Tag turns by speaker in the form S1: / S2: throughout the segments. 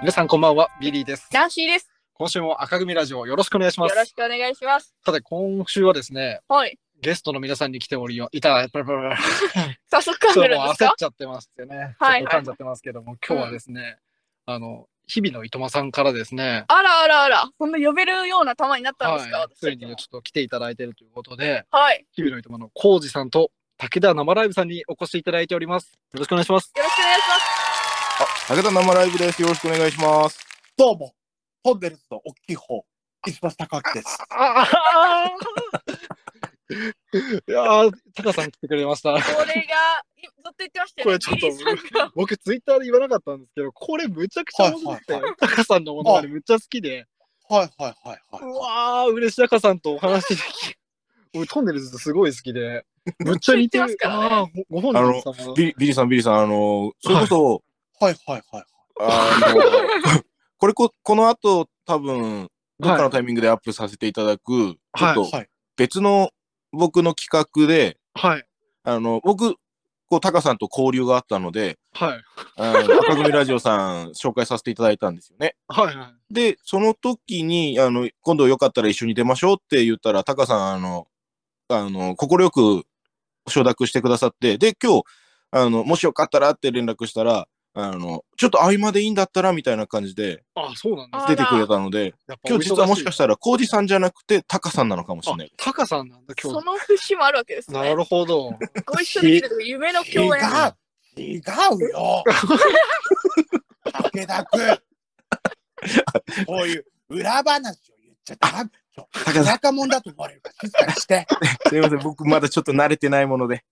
S1: 皆さんこんばんは、ビリーです。
S2: ナンシーです。
S1: 今週も赤組ラジオよろしくお願いし
S2: よ
S1: ま
S2: ろ
S1: す
S2: し。くお願いします。
S1: さて、今週はですね、
S2: はい。
S1: ゲストの皆さんに来ておりよ、い た、パラパラパラ
S2: 早速カ
S1: ちょっ
S2: メ
S1: とも
S2: ラ
S1: う
S2: です
S1: 焦っ
S2: か
S1: ちゃってますよね。
S2: は
S1: ち
S2: い
S1: ょっと噛んじゃってますけども、今日はですね、あの、日々のいとまさんからですね、
S2: あらあらあら、そんな呼べるような玉になったんですか、
S1: はい、
S2: 私
S1: つ
S2: た
S1: い
S2: ちも
S1: にちょっと来ていただいているということで、
S2: はい。
S1: 日々のいとまのコウジさんと武田生ライブさんにお越しいただいております。よろしくお願いします。
S2: よろしくお願いし
S3: あ、武田生ライブです。よろしくお願いします。
S4: どうも、ポンデルスの大きい方、石橋貴明です。
S1: ああ いやー、タカさん来てくれました。
S2: ます。これが、いずっと言ってましたよ
S1: これ
S2: ね。
S1: ちょっと
S2: ビリーさんが。
S1: 僕ツイッターで言わなかったんですけど、これむちゃくちゃ面白くて、
S4: はいは
S1: タカさんのものまねむっちゃ好きで、
S4: はいはいはいは
S1: う
S4: い。
S1: わー、嬉しタカさんとお話でき、俺トンネルズすごい好きで、むっちゃ似て
S2: つ
S1: る。
S2: いてますからね
S1: ああー、ごご本人様。
S3: ビリビリーさん、ビリーさん、あの、それこそ、
S4: はいはいはい。
S3: あの、 これこ、この後、多分、どっかのタイミングでアップさせていただく、ちょっと
S4: はい。
S3: 別の僕の企画で、
S1: はい、
S3: あの、僕、こう、タカさんと交流があったので、
S1: はい、
S3: あ の赤組ラジオさん紹介させていただいたんですよね。
S1: はい、はい。
S3: で、その時に、あの、今度よかったら一緒に出ましょうって言ったら、タカさん、あの、あの、快く承諾してくださって、で、今日、あの、もしよかったらって連絡したら、あの、ちょっと合間でいいんだったらみたいな感じで
S1: あそうなんです
S2: あ
S1: ね。
S3: 出
S2: ら
S3: てくれたので、
S1: やっぱ
S3: 今日実はもしかした
S1: ら、
S3: ら、コージさんじゃなくて、タカさんなのかもしれない。
S1: タカさんなんだ、今
S2: そ
S1: 日。
S2: の節もあるわけです
S1: な
S2: ね。
S1: るほど。
S2: ご一緒できるという夢の共演。
S4: 違う違うよ武田君そういう裏話を言っちゃダメちょ
S3: 高田 さん
S4: 中もんだと思われるから静かにして。
S3: すいません、僕まだちょっと慣れてないもので。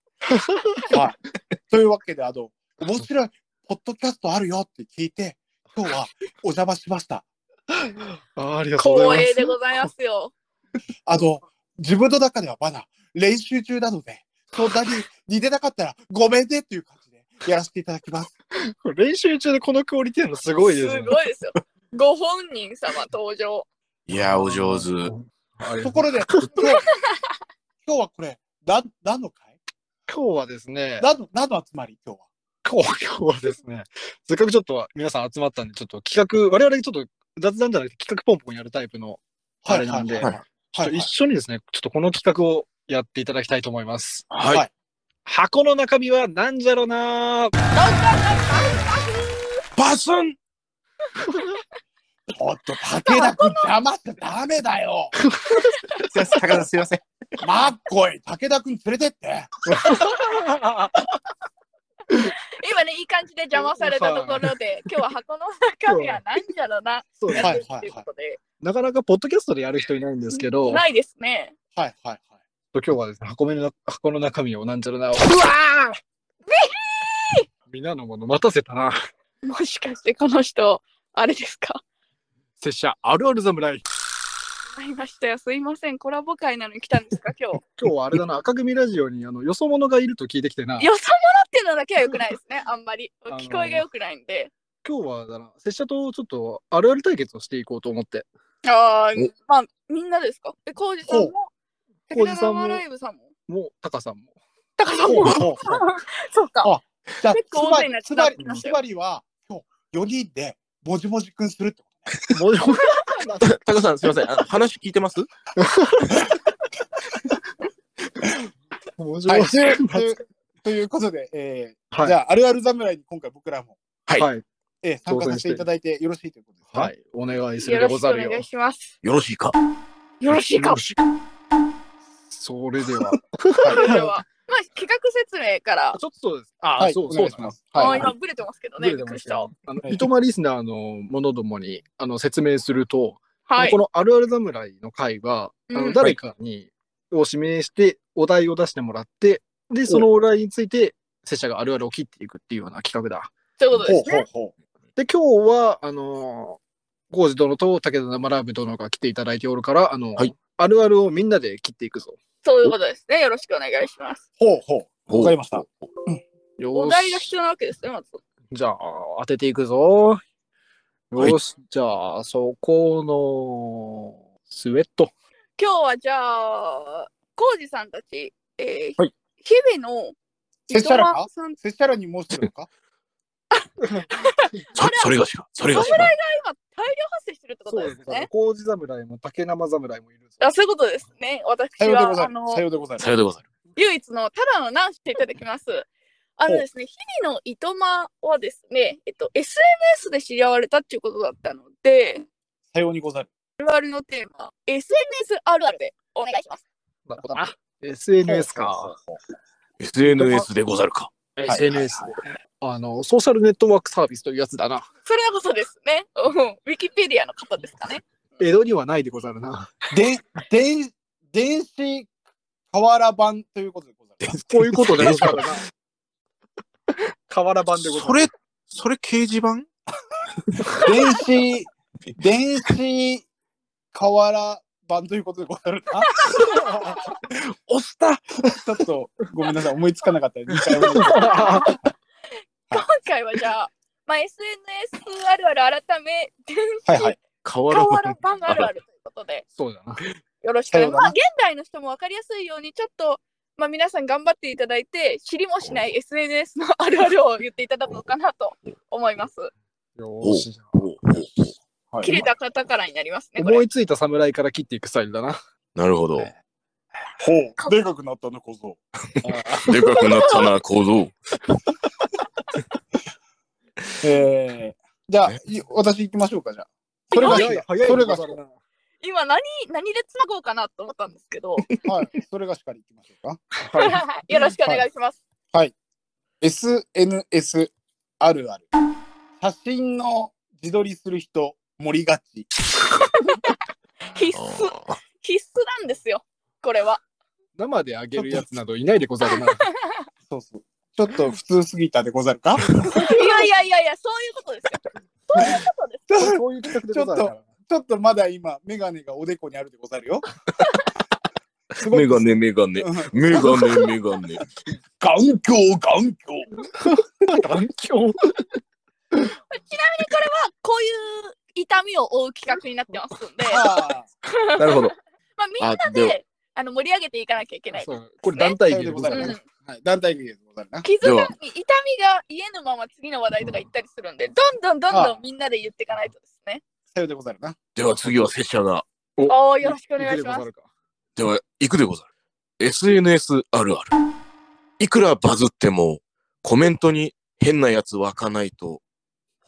S4: はい。というわけで、あの、面白いポッドキャストあるよって聞いて、今日はお邪魔しました。
S1: あありがとうございま
S2: 光
S1: す。
S2: 栄でございますよ。
S4: あの、自分の中ではまだ練習中なので、そんなに似てなかったらごめんねっていう感じでやらせていただ きます。
S1: これ 練習中でこのクオリティのすごいですね。
S2: すごいですよ。ご本人様登場。
S3: いやー、お上手。
S1: ありがと
S4: と
S1: うご
S4: こ
S1: ざいます
S4: ろで、今日、今日はこれ、なん、何の会
S1: 今日はですね、
S4: 何の、何の集まり今日は。
S1: 今日今日はですね、せっかくちょっと皆さん集まったんで、ちょっと企画、我々ちょっと雑談じゃなくて企画ポンポンやるタイプの、あれなんで
S4: はい
S1: ちょっ
S4: は
S1: と
S4: い。
S1: 一緒にですね、ちょっとこの企画をやっていただきたいと思います。
S3: はい。
S4: はい
S1: 箱の中身は何じゃろなー
S3: パスン
S4: ちょっと、武田君邪魔しちゃダメ だよ。
S3: すいません、高田さんすいません。
S4: マッコイ、武田君連れてって。
S2: 今ね、いい感じで邪魔されたとこ ろで、今日は箱の中身は何じゃろうな、
S1: そう
S4: は
S1: で
S4: い
S1: す
S2: や
S1: ね
S2: ってるっていうことで。
S1: なかなかポッドキャストでやる人いないんですけど、
S2: ないですね。
S4: はいはいはい。
S1: 今日はですね、箱目の箱の中身をなんちゃらなを。うわみんなのもの待たせたな。
S2: もしかしてこの人、あれですか
S1: 拙者、あるある侍。
S2: ありましたよ。すいません。コラボ会なのに来たんです か、今日。
S1: 今日はあれだな、赤組ラジオにあのよそ者がいると聞いてきてな。
S2: よそ者っていうのだけは良くないですね、あんまり
S1: あの。ー
S2: 聞こえが良くないんで。
S1: 今日はだな、拙者とちょっとあるある対決をしていこうと思って。
S2: ああ
S3: お、
S2: まあ、みんなですかえ、コウジさんも、
S1: ほう浩
S2: 武田
S1: 二さん
S2: さん
S1: も
S2: もライブさんも。
S1: もう、タカさんも。
S2: だから
S4: ほ
S2: も
S4: う
S2: う、
S4: ほうほう
S2: そうか。
S4: あじゃあ、
S2: 結
S4: つ
S2: 構
S4: ま
S2: 大勢に
S4: り
S2: なっ、ちゃ
S4: つ
S2: った
S4: まり、つまりは、今日、4人で、もじもじくんするってこ
S1: もう
S3: タカさんすいません、あの話聞いてます
S1: 面
S4: と。は
S1: 白い。
S4: い。
S1: は
S4: と
S1: い
S4: いうというということで、えー、
S1: はい
S4: じゃあ、あるある侍に今回僕らも、
S3: あ
S1: はい。
S4: えー、参加させていただいてよろしいということですか、
S1: はい。お願いする
S2: よ
S1: で
S2: ろ
S1: ご
S2: しく
S1: ざ
S2: お
S1: るよ。
S2: 願いします。
S3: よろしいか。
S2: よろしいか。
S1: それでは。
S2: それでは。まあ、企画説明から、
S1: ちょっとです。あ、
S4: はい
S1: そう
S4: お
S1: そ
S4: 願
S1: う
S4: いします
S2: あ
S1: は
S2: ー
S1: い。
S2: 今、ブレてますけどね。びっくりした。
S1: あの、
S4: はい
S1: いとまリスナーの者どもに、あの、説明すると、
S2: はい
S1: こ。のあるある侍の会は、あ
S2: う
S1: の、
S2: ん
S1: 誰かに、を指名して、お題を出してもらって、で、そのお題について、拙者があるあるを切っていくっていうような企画だ。
S2: ということですね。
S4: ほうほうほう。
S1: で、今日は、あのー、浩二殿と武田生ライブ殿が来ていただいておるから、あの、
S3: はい
S1: あるあるをみんなで切っていくぞ。
S2: そういうことですね。よろしくお願いします。
S4: ほうほう。
S3: お
S4: わかりました。
S1: よ
S2: お
S1: ー
S2: 題
S1: し
S2: が必要なわけですね、まず。
S1: じゃあ、当てていくぞ。
S3: はい
S1: よし、じゃあ、そこの、スウェット。
S2: 今日はじゃあ、コウジさんたち、えー
S1: はい
S2: 日々の
S4: 拙者らか
S2: さん、
S4: 拙者らに申してるのか
S3: そそれがしが、それがしが。
S2: 今、大量発生してるってこと
S1: そうで
S2: で
S1: すすね
S2: ね。。
S1: 麹侍も竹生侍もいるぞ。
S2: あそういうことですね。私
S4: さようでござい
S2: は、あ
S4: ま
S2: の
S4: す。さ、ようでございます
S3: さ。ようでございま
S2: 唯一のただのナンしていただきます。あのですね、日々のいとまはですね、えっと、SNS で知り合われたっていうことだったので、
S4: さようにござる。
S2: 我々のテーマ、SNS あるあるでお願いします。
S1: なるほどな SNS
S4: ほ
S1: か。
S3: す。SNS でござるか。
S4: うそう
S1: SNS ねあの、ソーシャルネットワークサービスというやつだな。
S2: それこそですね、うんウィキペディアの方ですかね。
S1: 江戸にはないでござるな。
S4: で、で、電子瓦版ということでございます。
S1: こういうことでござるな。 瓦版でござる。
S3: それ、それ掲示板
S4: 電 子、電子瓦版ということでござるな。
S3: 押し た
S4: ちょっとごめんなさい、思いつかなかった。二回目
S2: 今回はじゃあ、 まあ、SNS あるある改め、電
S4: はいはい
S2: 子
S3: 変わら
S2: 瓦
S3: ない。
S2: 版あるあるということで、
S1: そうだな。
S2: よろし
S4: さ
S2: く、
S4: ようなら
S2: まあ、現代の人も分かりやすいように、ちょっと、まあ、皆さん頑張っていただいて、知りもしない SNS のあるあるを言っていただこうかなと思います。
S1: よーし。
S3: おうおう
S4: はい
S2: 切れた方からになりますね、こ
S1: 思
S2: れ。
S1: いついた侍から切っていくスタイルだな。
S3: なるほど。
S4: ほう、でかくなったの、小僧。
S3: でかくなったな、小僧。
S4: えー、じゃあ、い私行きましょうか、じゃあ。それがし
S1: 早い、
S4: か、
S1: 早い。
S4: それがしか
S2: 今何、何でつなごうかなと思ったんですけど、
S4: はい、それがしかり行きましょうか。
S2: よろしくお願いします。
S4: SNS あるある。写真の自撮りする人、盛りがち。
S2: 必須、必須なんですよ、これは。
S1: 生であげるやつなどいないでござるな。
S4: そうそう。ちょっと普通すぎたでござるか
S2: いやいやいやいや、そういうことですよ。そういうことです。
S1: そういう企画でござるから。
S4: ちょっとまだ今、メガネがおでこにあるでござるよ。すごい
S3: メガネ、メガネ。
S4: うん
S3: メガネ、メガ
S4: 眼
S3: ネ。
S4: 鏡、眼鏡。
S1: 環境
S2: こういう痛みを負う企画になってますんで、
S4: ああ、
S3: なるほど。
S2: まあ、みんな
S3: あ、では、
S2: であの盛り上げていかなきゃいけない。
S1: そうこれ団体芸でござ
S4: う
S1: る
S2: う
S1: な。
S2: ん
S4: んはい、団体芸でござるな。
S2: 傷
S3: で
S2: が
S3: は
S2: 痛みが言えぬまま次の話題とか言ったりするんで、どんどんどんどんみんなで言っていかないとですね。
S4: さようでござるな。
S3: では次は拙者が。
S2: おお、よろしくお願いします。
S3: では、行くでござる。SNS あるある。いくらバズっても、コメントに変なやつ湧かないと、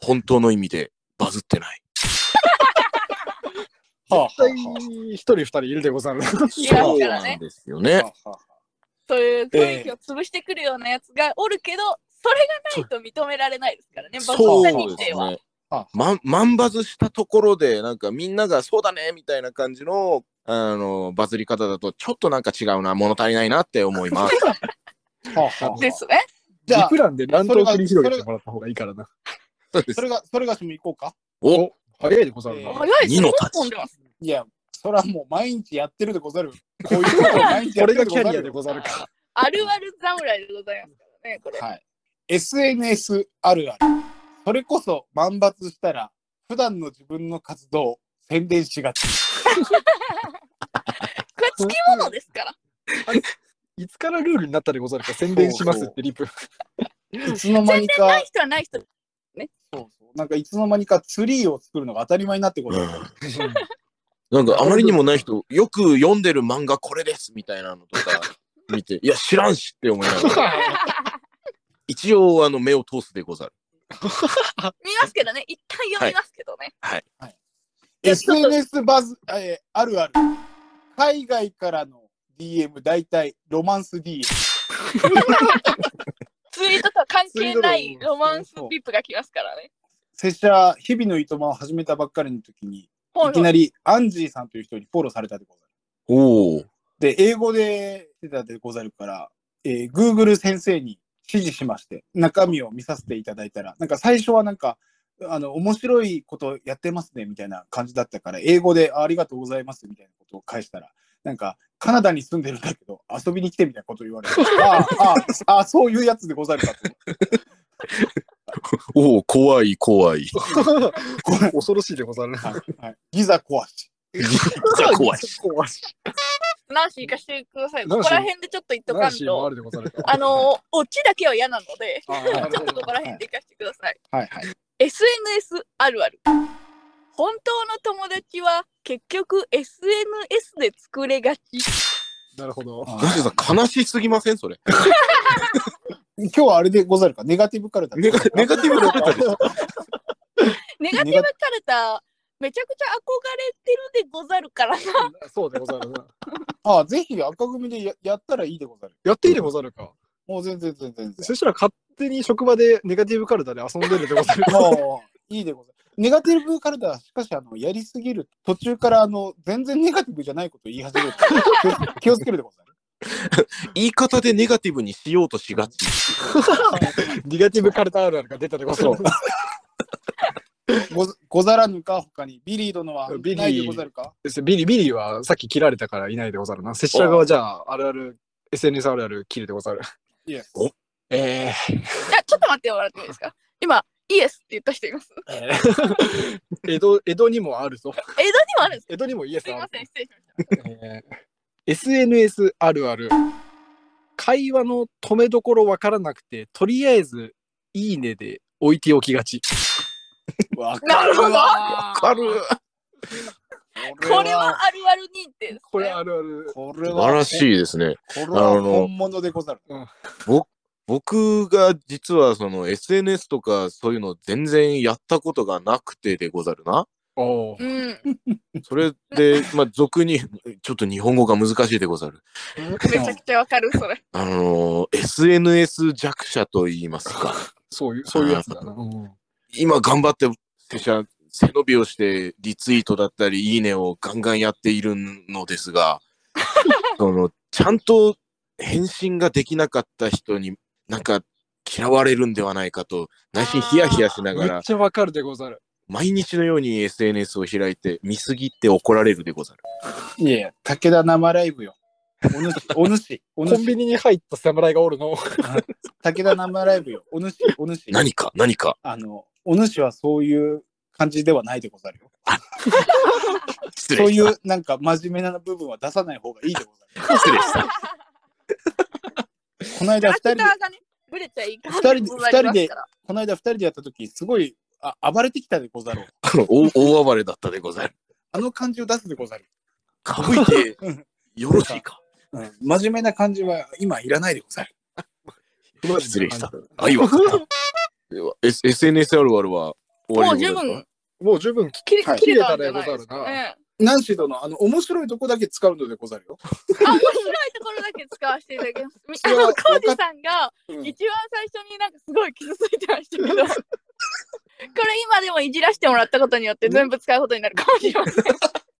S3: 本当の意味でバズってない。
S4: はあ、
S1: 絶対一人二人いるでござるな。
S2: いらっしゃらね
S3: ですよね。
S4: あ、はあ。
S2: そういう雰囲気を潰してくるようなやつがおるけど、それがないと認められないですからね、バズ
S3: そ
S2: った
S3: う
S2: 認
S3: です
S2: 定は。
S3: ね
S4: あ。
S3: まん、万バズしたところで、なんかみんながそうだね、みたいな感じの、あの、バズり方だと、ちょっとなんか違うな、物足りないなって思います。
S4: はあはあ
S2: ですね。
S4: じゃあ
S1: プ、ランで乱闘を繰り広げてもらった方がいいからな。
S3: そうです
S4: それが、それがしも行こうか。
S3: お、
S1: 早いでござる
S4: え
S1: な
S4: ー。
S2: 早いです
S3: 二の
S2: ね
S3: 太。刀
S2: 一本でます
S4: いや、それはもう毎日やってるで ござる。こういうことを毎日や
S1: これ
S4: ってる
S1: が
S4: で
S1: キ
S4: ご
S1: ャ
S4: ざ
S1: リアで
S4: る。
S1: ござるか。
S2: あるある侍でございますからね、これ。
S4: はい。SNS あるある。それこそ万抜したら、普段の自分の活動を宣伝しがち。
S2: これ、付き物ですから。
S1: いつからルールになったでござるか。宣伝しますってリプ。
S4: いつの間に
S2: な
S4: か、
S2: い人はない人。
S4: そうそう。なんかいつの間にかツリーを作るのが当たり前になってくる。
S3: なんかあまりにもない人、よく読んでる漫画これですみたいなのとか見て、いや、知らんしって思いながら、一応あの目を通すでござる。
S2: 見ますけどね、一旦読みますけどね。いやちょっと
S4: SNS バズ、えーあるある。海外からの DM、大体ロマンス DM。
S2: ツイートとは関係ないロマンスリップが来ますからね。
S4: 拙者、日々のいとまを始めたばっかりの時に、
S2: ほ
S4: いき
S2: う
S4: なりアンジーさんという人にフォローされたでござる。
S3: おお。
S4: で、英語で出たでござるから、えー Google 先生に指示しまして、中身を見させていただいたら、なんか最初はなんか、あの、面白いことやってますね、みたいな感じだったから、英語であありがとうございます、みたいなことを返したら、なんか、カナダに住んでるんだけど、遊びに来てみたいなことを言 われて、ああ、ああ、あそういうやつでござるかと。
S3: おお、怖い怖い。
S1: 恐ろしいでござるな。
S4: はいはい、ギザ壊し。
S3: 怖い。
S1: 怖い。
S2: ナンシー行かしてください。
S1: ナンシー
S2: ここら辺でちょっと言っとかん
S1: 話もある
S2: と。
S1: でござるか。
S2: あの、オチだけは嫌なので、
S1: あー、なるほど
S2: ここら辺で行かしてください。
S4: はいはい。
S2: SNS あるある。本当の友達は結局 SNS で作れがち。
S1: なるほど。
S3: ガチさん、悲しすぎませんそれ。
S4: 今日はあれでござるか。ネガティブからだ。
S3: ネガネガティブだったでしょ。
S2: ネガティブカルタ、めちゃくちゃ憧れてるでござるからな。
S1: そうでござるな。
S4: ああ、ぜひ赤組でややったらいいでござる。
S1: やっていいでござるか。
S4: もう全然全然全然。
S1: そしたら勝手に職場でネガティブカルタで遊んでるでござる か。
S4: もういいでござる。ネガティブカルタはしかしあのやりすぎる途中からあの全然ネガティブじゃないことを言い始める から気を気をつけるでござる。
S3: 言い方でネガティブにしようとしがち。
S1: ネガティブカルタあるあるが出たでござる。
S4: ござござらぬか他にビリー殿は
S1: ビリー
S4: ないでござるか。
S1: ですねビリビリはさっき切られたからいないでござるな。拙者側じゃあ、あるある、SNS あるある切るでござる。
S4: イエス。
S1: え
S2: じゃあちょっと待ってもらってもいいですか今、イエスって言った人います。
S1: ー、 江戸、江戸にもあるぞ。
S2: 江戸にもあるんです
S1: 江戸にもイエ
S2: す
S1: ス
S2: い
S1: あ
S2: ま
S1: る。
S2: せん、失礼しました。
S1: えー SNS あるある。会話の止めどころわからなくて、とりあえず、いいねで置いておきがち。
S4: わ
S2: なるほど
S4: わ
S3: ある。
S2: これはあるある認定です、ね。
S1: これあるある。
S4: これ
S3: 素
S4: は
S3: 晴らしいですね。
S4: これは
S3: あの
S4: 本物でござる。
S3: 僕が実はその SNS とかそういうの全然やったことがなくてでござるな。
S1: おー
S2: うん。
S3: それ で、まあ、俗に、ちょっと日本語が難しいでござる。
S2: めちゃくちゃわかる、それ。
S3: あのー SNS 弱者と言いますか。
S1: そういう、そういうやつだな。うん
S3: 今頑張って、拙者背伸びをして、リツイートだったり、いいねをガンガンやっているのですが、その、ちゃんと返信ができなかった人に、なんか、嫌われるんではないかと、内心ヒヤヒヤしなが
S1: めっ
S3: ら、
S1: ちゃわかるでござる。
S3: 毎日のように SNS を開いて、見すぎて怒られるでござる。
S4: いや、武田生ライブよ。お主、お主、お
S1: コンビ
S4: 主、
S1: ニに入った侍がおるの。
S4: 武田生ライブよ。お主、お主。
S3: 何か、何か。
S4: あの、お主はそういう感じではないでござるよ。
S3: 失
S4: そ
S3: 礼
S4: うい
S3: した。
S4: うなんか真面目な部分は出さない方がいいでご ざる。
S3: 失礼 した。
S4: この間
S2: ラ
S4: 二
S2: クタ
S4: 人
S2: ー
S4: で、
S2: がね、ぶれちゃいかんでございますから。
S4: この間二人でやった時、すごいあ暴れてきたでござろう。
S3: 大大暴れだったでござる。
S4: あの感じを出すでござる。
S3: かぶいてよろしいか。
S4: うん、真面目な感じは今いらないでござる。
S3: 失礼した。愛は勝った。では S- SNS あるあるは終
S2: も
S3: わ
S2: う
S3: りで
S2: 十
S3: ございます
S2: 分
S1: もう十分
S2: 切れ,、
S4: はい
S2: 切れたんじゃないです
S1: 切
S2: か。
S1: れた
S2: ね、
S4: ナンシー殿、あの、面白いとこだけ使うのでござるよ。
S2: あ面白いところだけ使わせていただきます。み
S4: いや
S2: あの、コージさんが
S4: うん
S2: 一番最初になんかすごい傷ついてましたけど、こ れ今でもいじらしてもらったことによって全部使うことになるかもしれません。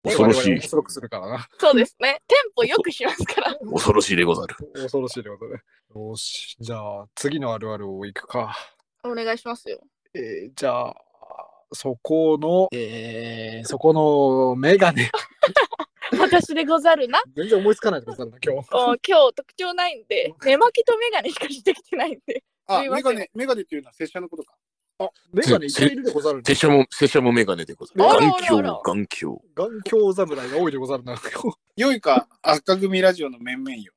S3: 恐ろし
S1: 我々
S3: い
S1: が、恐ろくするからな。
S2: そうですね。テンポよくしますから。
S3: 恐ろしいでござる。
S1: 恐ろしいでござる。よし。じゃあ、次のあるあるをいくか。
S2: お願いしますよ。
S1: えーじゃあ、そこの、えーそこのメガネ。
S2: 私でござるな。
S1: 全然思いつかないでござるな、今日。
S2: もう今日特徴ないんで、寝巻きとメガネしかしてきてないんで。
S4: あ、
S2: すいませ
S4: メ
S2: ん
S4: ガネ、メガネっていうのは拙者のことか。
S1: あ、メガネいっぱいいるでござるな。
S3: 拙者も、拙者もメガネでござる。
S2: あら
S3: 眼
S2: あらあら
S3: 鏡、眼鏡。
S1: 眼鏡侍が多いでござるな、今日。
S4: 良いか、赤組ラジオの面々よ。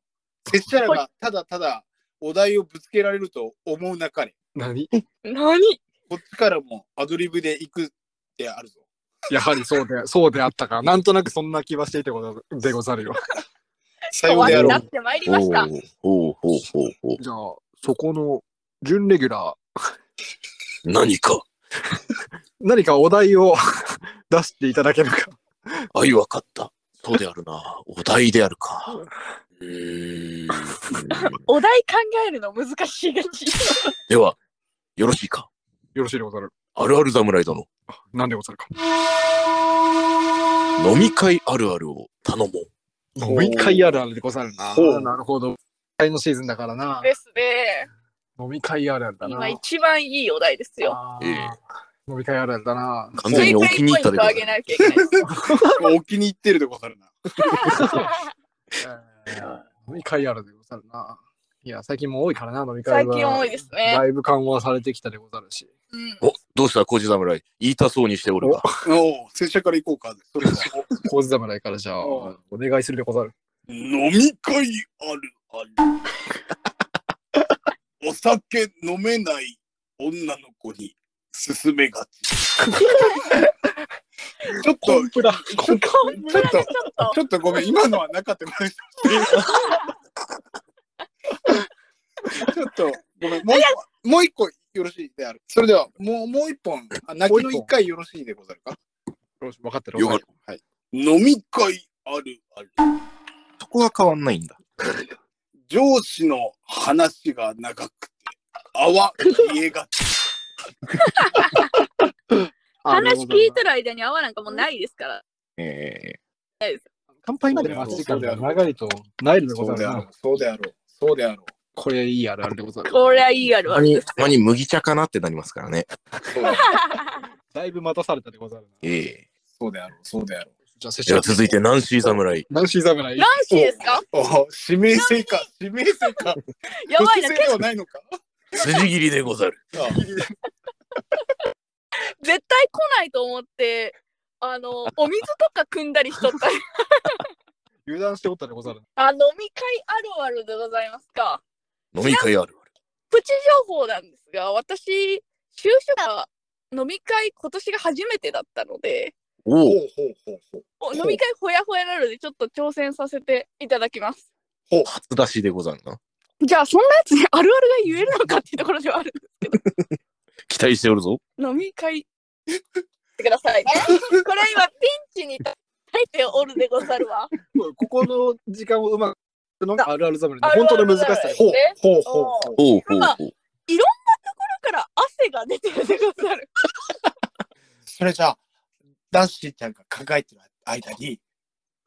S4: 拙者らがただただお題をぶつけられると思うなかれ。
S1: 何
S2: 何
S4: こっちからもアドリブで行くってあるぞ。
S1: やはりそうで、そうであったか。なんとなくそんな気はしていてござるでござるよ。
S4: さよ
S2: 終
S4: う
S2: わ
S4: であ
S2: りに
S4: ろ
S2: な
S4: う
S2: っ。てまいりま
S3: お
S2: した。
S3: うおうおうおうおう
S1: じゃあ、そこの、準レギュラー、
S3: 何か、
S1: 何かお題を 出していただけるか。
S3: 愛は勝った。そうであるな。お題であるか。うーん。
S2: お題考えるの難しいがち。
S3: では、よろしいか。
S1: よろしいでござる。
S3: あるある侍殿、
S1: なんでござるか。
S3: 飲み会あるあるを頼もう。
S1: 飲み会あるあるでござるな。
S4: ほう
S1: なるほど。飲み会のシーズンだからな。
S2: ですね。
S1: 飲み会あるあるだな。
S2: 今一番いいお題ですよ。
S1: あ
S3: ええ
S1: ー飲み会あるあるだ な。
S3: 完全にお気に入ったでござ
S2: あ
S3: る
S2: げ。なきゃいけないです。
S4: お気に入ってるでござるな。
S1: えー飲み会あるあるでござるな。いや、最近も多いからな、飲み会
S2: 最
S1: は。
S2: 近多いですね。
S1: だいぶ緩和されてきたでござるし。
S2: うん。
S3: お、どうした、コージ侍。言いたそうにしておるが。
S4: おお、拙者から行こうか。それは
S1: 小津侍からじゃあ、
S4: うん
S1: お願いするでござる。
S4: 飲み会ある ある。お酒飲めない女の子に勧めがち。ちょっと、
S1: ンプラ。コンプラ。
S4: ちょっと、ちょっとごめん、今のはなかったことにして。ちょっと、ごめん、もう一個、もう一個よろしいである。それでは、もう、もう一本、あ泣きの一回よろしいでござるか。
S1: 分かった
S3: よかった
S4: はい。飲み会あるある。
S3: そこは変わんないんだ。
S4: 上司の話が長くて、泡消えがち。
S2: 話聞いてる間に泡なんかもうないですから。
S3: え
S1: 乾杯までの待ち時間が長いと、ないのでござるな。
S4: そうであろう。そうであろう。
S1: これいいあるあるでござる。
S2: これはいいあ
S3: ー
S2: る
S3: たま
S2: ある
S3: に、
S2: です
S3: たまに麦茶かなってなりますからね。
S4: そうであろう。
S1: だいぶ待たされたでござるな。
S3: ええ
S4: そうであろう。そうであろう。
S1: じゃあ、拙
S3: で
S1: 者
S3: は続いて、ナンシー侍。
S1: ナンシー侍。
S2: ナンシーですか
S4: おお指名制か。指名制か。
S2: やばい
S4: 挙
S2: な、
S4: 手
S2: け
S4: 制ではないのか。
S3: 筋切りでござる。
S4: あ
S2: 絶対来ないと思って、あの、お水とか汲んだりしとったり。
S1: 油断しておったでござるな。
S2: あ、飲み会あるあるでございますか。
S3: 飲み会あるある。
S2: プチ情報なんですが、私、就職が飲み会今年が初めてだったので、
S4: ほ
S3: おお。
S4: うほうほうほう。
S2: お
S4: う
S2: 飲み会ほやほやなので、ちょっと挑戦させていただきます。
S3: 初出しでござるな。
S2: じゃあ、そんなやつにあるあるが言えるのかっていうところではある。
S3: 期待しておるぞ。
S2: 飲み会してください。これ今、ピンチに耐えておるでござるわ。
S1: ここの時間をうまくのがあるある侍の
S2: あるある
S1: 本当の難しさ
S2: 侍
S1: よ。
S4: ほうほうほうほう。
S3: ほうほう
S2: まあ
S3: ほう。
S2: だから汗が出てるでござる。
S4: それじゃあ、ダンシーちゃんが考えてる間に、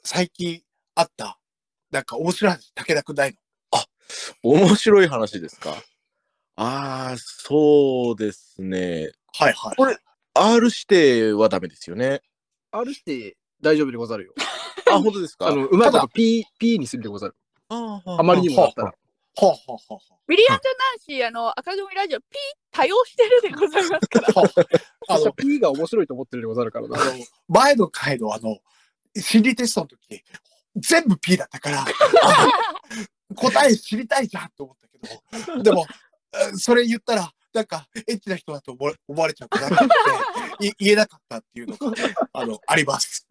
S4: 最近あった、なんか面白い話、武田くんないの
S3: 面白い話ですかああ、そうですね。
S4: はいはい。
S3: これ R 指定はダメですよね。
S1: あるして大丈夫でござるよ。
S3: あ、本当ですか
S1: あの、うまいこ
S4: ただ
S1: と P、P にするでござる。
S3: あー
S1: あまりにもだったら。
S4: ほうほうほうほう。
S2: ミリアンジョナンシー、あの、赤組ラジオ、ピー多用してるでご ざいますから。
S4: あ
S1: 私は
S4: の、
S1: P が面白いと思ってるでござるからな。
S4: あの前の回のあの、心理テストの時、全部 P だったから、あの答え知りたいじゃんと思ったけど、でも、うんそれ言ったら、なんか、エッチな人だと思われ思われちゃうかなと思って、い言えなかったっていうのが、あの、あります。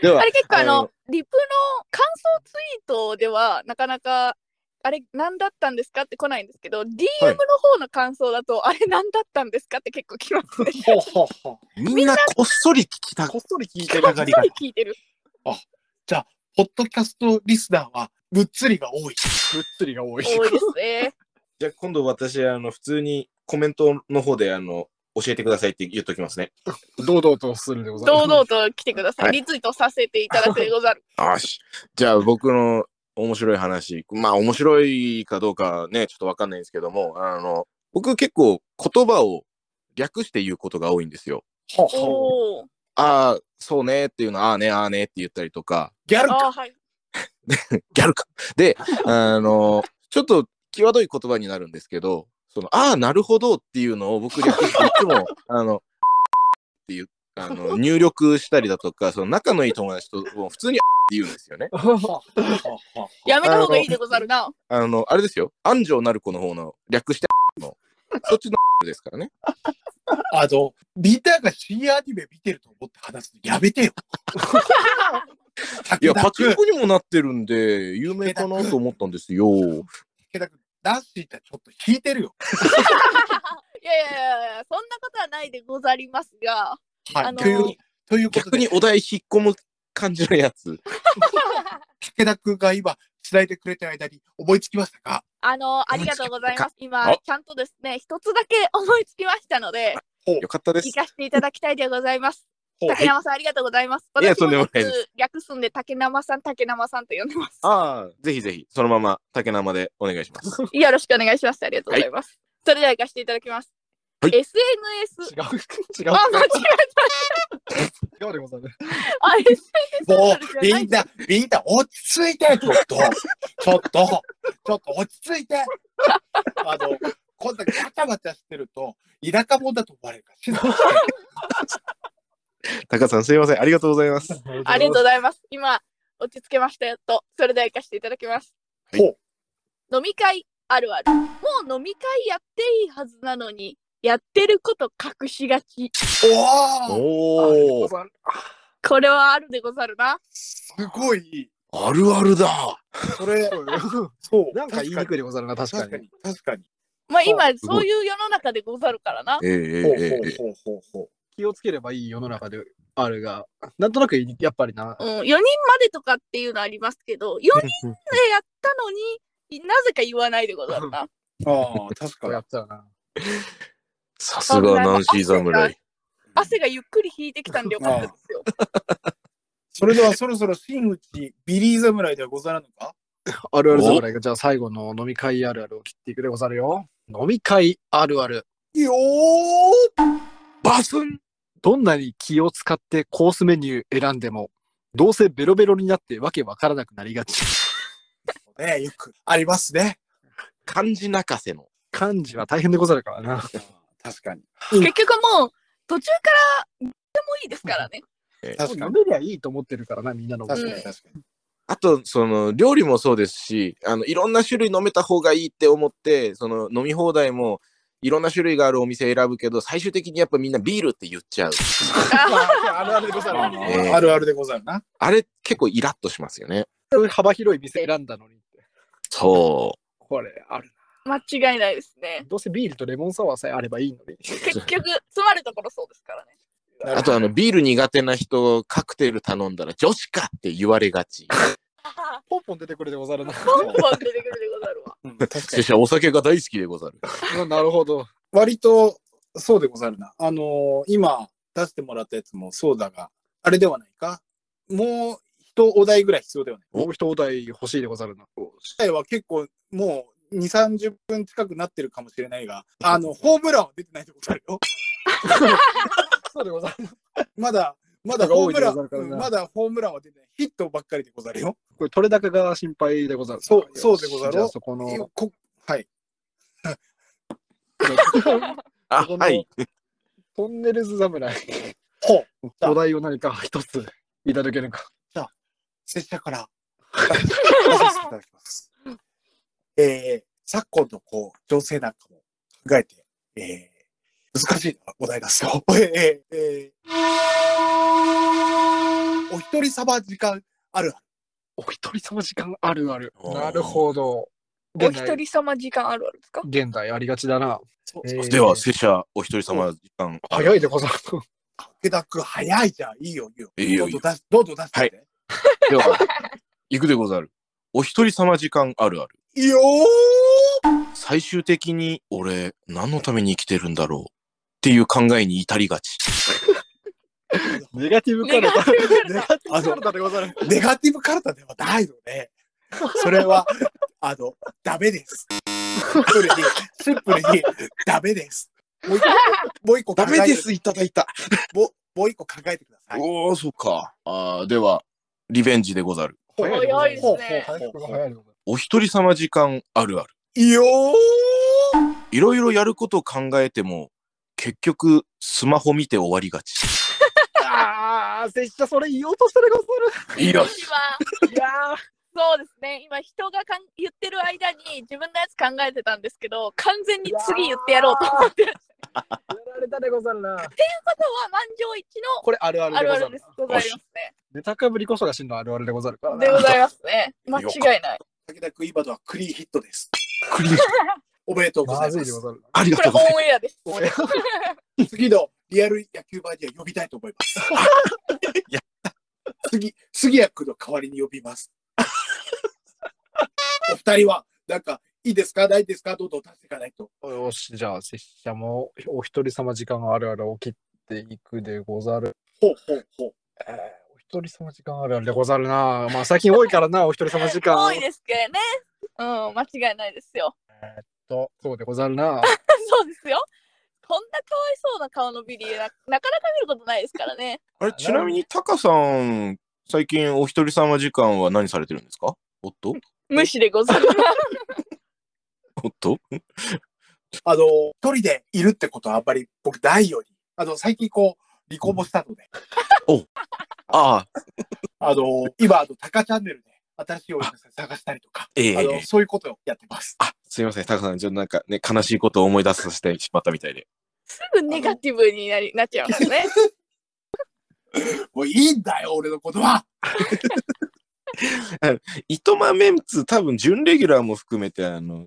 S3: では
S2: あれ、結構あ
S3: あ
S2: の
S3: の、
S2: リプの感想ツイートでは、なかなか、あれ、何だったんですかって来ないんですけど、DM の方の感想だと、あれ、何だったんですかって結構来ますね。
S4: ほうほうほう。
S3: みんなこっそり聞きた
S1: こっそり聞いて
S4: 手
S1: る
S4: が。
S2: す
S4: か
S2: ご
S4: りが
S2: い。聞いてる。
S4: ポッドキャストリスナーは、ぶっつりが多い。
S1: ぶっつりが多い。
S2: 多いですね。
S3: じゃあ今度私、あの、普通にコメントの方で、あの、教えてくださいって言っときますね。
S1: 堂々とするでござる。
S2: 堂々と来てくださ。
S3: はいい
S2: リツイートさせていただくでご ざる。
S3: よし。じゃあ僕の面白い話。まあ面白いかどうかね、ちょっとわかんないんですけども、あの、僕結構言葉を略して言うことが多いんですよ。
S4: ほうほう。
S2: おお。
S3: ああ、そうねっていうの、ああね、ああねって言ったりとか、
S4: ギャル
S2: あ
S4: か。
S2: あ、はい。
S3: ギャルか。で、あの、ちょっと際どい言葉になるんですけど、その、ああ、なるほどっていうのを僕略していつも、あの、っていう、あの、入力したりだとか、その仲のいい友達と、もう普通に、って言うんですよね。
S4: ほうほうほうほう
S2: やめた方がいいでござるな。
S3: あの、あれですよ。安城なる子の方の 略して、の、そっちの、 ですからね。
S4: あの、みんなが新アニメ見てると思って話すのやめ てよ。
S3: い
S4: 武
S3: や、
S4: 田
S3: パチ
S4: 君
S3: ン、コにもなってるんで、有名かなと思ったんですよ。
S4: 武田君、ダンシーってちょっと引いてるよ。
S2: いやいやいやいや、そんなことはないでござりますが、
S4: はい。
S2: あのー
S4: という、ということ
S3: 逆
S4: で、
S3: にお題引っ込む感じのやつ。
S4: 武田君が今、伝えてくれた間に思いつきましたか
S2: あの、ありがとうございます。今
S3: あ、
S2: ちゃんとですね、一つだけ 思いつきましたので、
S3: よかったです
S2: 聞。かせていただきたいでございます。
S4: ほう
S2: 竹山さん、ありがとうございます。
S3: いや
S2: 私
S3: とんでも
S2: も
S3: ないいです
S2: つ略すんで、竹生さん、竹生さんと呼んでます。
S3: ああ、ぜひぜひ、そのまま竹生でお願いし ます。
S2: よろしくお願いします。ありがとうございます。それでは行かせていただきます。
S3: はい
S1: 違
S2: SNS。
S1: う。違う
S2: あ、。間違
S1: 違うでござる。
S2: えた。
S4: も
S2: そう
S4: う、
S2: じゃない
S4: みんな、みんな落ち着いて、ちょっと。ちょっと、ちょっと落ち着いて。あの、こんなガチャガチャしてると、田舎者だと思われるから静かに
S3: タカさんすいません。ありがとうございます。
S2: ありがとうございます。今、落ち着けました、やっと。それでは行かせていただきます。
S3: はい
S2: 飲み会あるある。もう飲み会やっていいはずなのに、やってること隠しがち。
S4: して。おお
S3: おお。
S2: これはあるでござるな。
S4: すごいいい。
S3: あるあるだ。
S4: それ、
S1: な
S4: そう。
S1: んか言いにくいでござるな、確か
S4: 確か
S1: に。
S4: に。確かに。
S2: まあ今
S4: は、
S2: そういう世の中でござるからな。
S3: えええ
S4: ほう
S3: えええ
S4: ほうほうほうほう。
S1: 気をつければいい世の中であるが、なんとなくやっぱりな
S2: う。ん、4人までとかっていうのありますけど、4人でやったのに、なぜか言わないでござるな。
S4: ああ、確
S1: こうや
S4: か
S1: ったよな。
S3: さすがナンシー侍。
S2: 汗がゆっくり引いてきたんでよかったですよ。
S4: それではそろそろ真打ちビリー侍ではござらぬか
S1: あるある侍が、じゃあ最後の飲み会あるあるを切っていくでござるよ。飲み会あるある。
S4: よ
S1: バスンどんなに気を使ってコースメニュー選んでも、どうせベロベロになってわけわからなくなりがち。
S4: ーねよくありますね。
S3: 漢字泣かせの。
S1: 漢字は大変でござるからな。
S4: 確かに。
S2: 結局もう、途中から、でもいいですからね。
S4: 確か
S1: 舐
S4: に。
S1: めりゃいいと思ってるからな、みんなの。
S4: 確かに確かに。
S3: あと、その、料理もそうですし、あの、いろんな種類飲めた方がいいって思って、その、飲み放題も、いろんな種類があるお店選ぶけど、最終的にやっぱみんなビールって言っちゃう。
S1: あるあるでござる
S4: あ
S1: な。
S4: ーあるあるでござるな。
S3: あれ、結構イラッとしますよね。
S1: そういう幅広い店選んだのにって。
S3: そ
S1: これ、ある
S2: 間違いないです
S1: な。
S2: ね。
S1: どうせビールとレモンサワーさえあればいいのに。
S2: 結局、詰まるところそうですからね。
S3: う。あと、あの、ビール苦手な人、カクテル頼んだら、女子かって言われがち。
S1: ポンポン出てくるでござるな。
S2: ポンポン出てくるでござるわ。
S4: うん確か
S3: 拙
S4: に。
S3: 者、お酒が大好きでござる。
S1: うんなるほど。
S4: 割とそうでござるな。あのー今出してもらったやつもそうだが、あれではないか。もう一お題ぐらい必要だよね。
S1: もう一お題欲しいでござるな。
S4: 次回は結構もう2、30分近くなってるかもしれないが、あの、ホームランは出てないでござるよ。
S1: そうでござる。
S4: まだ、まだ
S1: 人が
S4: ホ
S1: 多
S4: ー
S1: い
S4: ム
S1: でご
S4: ラン、
S1: ざるから
S4: う
S1: なん
S4: まだホームランは出てない。ヒットばっかりでござるよ。
S1: これ、取れ高が心配でござるな。
S4: そうそうでござろう
S1: じゃあそこの。
S4: こはい。
S3: あ、
S1: そこの
S3: はい。
S1: トンネルズ侍。
S4: ほう。
S1: お題を何か一ついただけるか。
S4: 拙者から。出させていただきます。 えー、昨今のこう、情勢なんかも考えて、えー、難しいなお題出すよ。 えー、えー、お一人様時間あるある。
S1: お一人様時間あるある。
S3: おー
S1: なるほど。
S2: お一人様時間あるあるですか
S1: 現代ありがちだな。
S4: そう
S1: えー
S3: では、拙者、お一人様、時間。
S1: 早いでござるな。
S4: 武田君早いじゃん。いいよ、いいよ。
S3: いいよ
S4: どんどん出しどんどん出してみて。
S3: では、行くでござる。お一人様時間あるある。
S4: い、いよ
S3: 最終的に、俺、何のために生きてるんだろうっていう考えに至りがち。
S1: ネガティブカ
S2: ネ
S1: ル
S2: ガ
S1: タ。
S2: ティブカル
S1: ネ
S2: タ
S1: ガティブカルタでござる。
S4: ーネガティブカルタではないので、それは、あの、ダメです。シンプルに、シンプルに、ダメです。もう一個、もう一個考えて
S3: いただいた。
S4: もう、もう一個考えてください。
S3: おお、そっか。あーでは、リベンジでござる。
S2: 早い早いですね
S1: 早い早いでござる
S3: お一人様時間あるある。
S4: いいよ
S3: いろいろやることを考えても、結局、スマホ見て終わりがち。
S1: ああ、拙者それ言おうとしたでござ
S3: いや
S2: 今、
S1: る。いや
S2: そうですね。今、人がかん言ってる間に自分のやつ考えてたんですけど、完全に次言ってやろうと思ってる。という
S1: ーやられたでござるな。
S2: ことは、満場一致
S1: これあるあ
S2: の
S1: る
S2: あ
S1: で
S2: る
S1: ご
S2: あ
S1: ざ
S2: る
S1: る
S2: です
S1: な。。
S2: ございますね。
S1: ネタかぶりこそが真のあるあるでござるから
S2: で
S1: な
S2: ご。ざいますね。間違いない。
S4: 武田君、今のはクリーンヒットです。
S3: クリア。
S4: おめでとうござ
S1: ま
S4: い
S1: ず
S4: ま
S1: いでご
S4: す。
S1: ざるな。
S3: ありが
S2: ことれ
S3: うござい
S2: オンエアです。
S1: オンエ
S4: 次のリアル野球場には呼びたいと思い ます。
S3: や
S4: 次、杉谷君の代わりに呼びます。お二人は、なんか、いいですかないですかどんどん出していかないと。
S1: よし、じゃあ、拙者もお一人様時間あるあるを切っていくでござる。
S4: ほうほうほう。
S1: えーお一人様時間あるあるでござるな。まあ、最近多いから な、お一人様時間。
S2: 多いですけどね。うん、間違いないですよ。
S1: と、そうでござるな。
S2: そうですよ。こんなかわいそうな顔のビリーな、なかなか見ることないですからね。
S3: あれ、ちなみに、タカさん、最近、お一人様時間は何されてるんですかおっと
S2: 無視でござる。
S3: おっと
S4: あの、一人でいるってことはあんまり僕ないように。あの、最近こう、離婚もしたので、
S3: ああ、
S4: あの、今、あの、タカチャンネルで新しいお嫁さん探したりとか、
S3: ええ
S4: あの、そういうことをやってます。
S3: あ、すいません、タカさん、ちょっとなんかね、悲しいことを思い出させてしまったみたいで。
S2: すぐ ネガティブになりなっちゃいますね。
S4: もういいんだよ、俺のことは。
S3: 糸間メンツ、多分、準レギュラーも含めて、あの、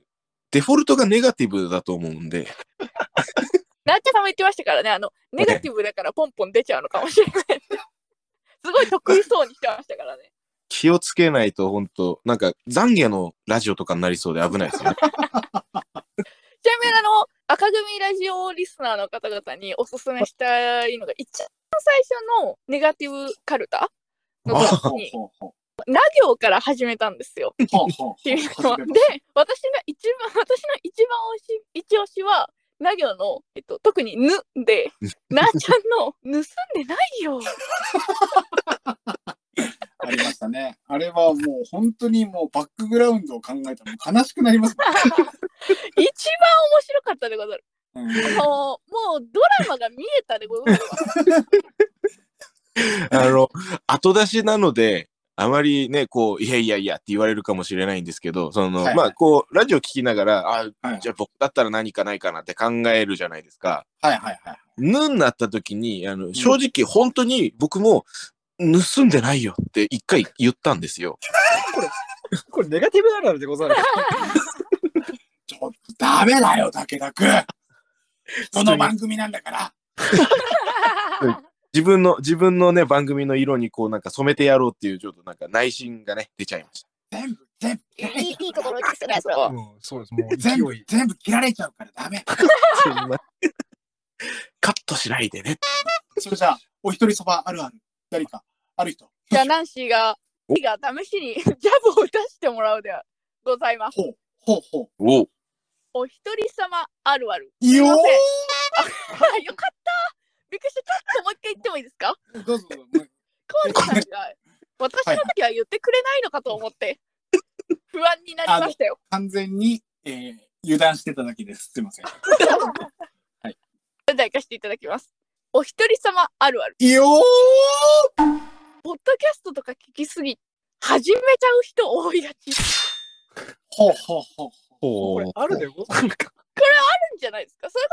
S3: デフォルトがネガティブだと思うんで、
S2: なっちゃさんも言ってましたからね、あの、ネガティブだからポンポン出ちゃうのかもしれない。 すごい得意そうにしてましたからね。
S3: 気をつけないと、本当なんか、懺悔のラジオとかになりそうで危ないで すよね。
S2: ちなみにあの、赤組ラジオリスナーの方々におすすめしたいのが、一番最初のネガティブカルタの
S4: ほう
S2: 時に、
S4: ほうほう
S2: な行から始めたんです よ。
S4: ほうほう
S2: っていうのはで
S4: 初めま、
S2: 私が一番、 私の一番推し、一押しは、な行の、えっと、特に、ぬ で、なーちゃんの、盗んでないよ。
S4: ありましたね。あれはもう本当にもうバックグラウンドを考えたら悲しくなります
S2: 一番面白かったでござる。
S4: もん。うん
S2: あのもうドラマが見えたでござるわ。
S3: あの、後出しなので、あまりね、こう、いやいやいやって言われるかもしれないんですけど、その、
S4: はい
S3: まあ、こう、ラジオ聞きながら、あ、
S4: はい
S3: じゃあ僕だったら何かないかなって考えるじゃないですか。
S4: はいはいはい。
S3: ぬになった時に、あの、正直、本当に僕も、盗んでないよって一回言ったんですよ。
S1: これネガティブあるあるでござる。
S4: ちょっとダメだよ、武田くん。人の番組なんだから。
S3: 自分の、自分のね、番組の色にこう、なんか染めてやろうっていう、ちょっとなんか内心がね、出ちゃい ました。
S4: 全部、全部切られちゃうから。
S2: ですね、それ
S1: う。ん、そうです。もう勢
S4: 全部
S1: い、。
S4: 全部切られちゃうからダメ。
S3: すいませんカットしないでね。
S4: それじゃあ、お一人そばあるある。誰か、ある人。
S2: じゃあ、ナンシーが、ナンシーが試しに ジャブを出してもらうではございます。
S4: ほう、ほうほう。
S3: お
S2: お一人様あるある。
S4: い
S2: い
S4: よ
S2: ません
S4: ー
S2: あよかったびっくりした。ちょっともう一回言ってもいいですか
S4: どうぞどうぞ。
S2: コージさんが、私の時は言ってくれないのかと思って、不安になりましたよ。
S4: 完全に、えー、油断してただけです。すいません。
S2: それでは行かせていただきます。お一人様あるある。
S4: いよー
S2: ポッドキャストとか聞きすぎ、始めちゃう人多いがちな
S4: ほうほうほう。
S3: お
S1: これあるでござるか。
S2: んじゃないですか。それこ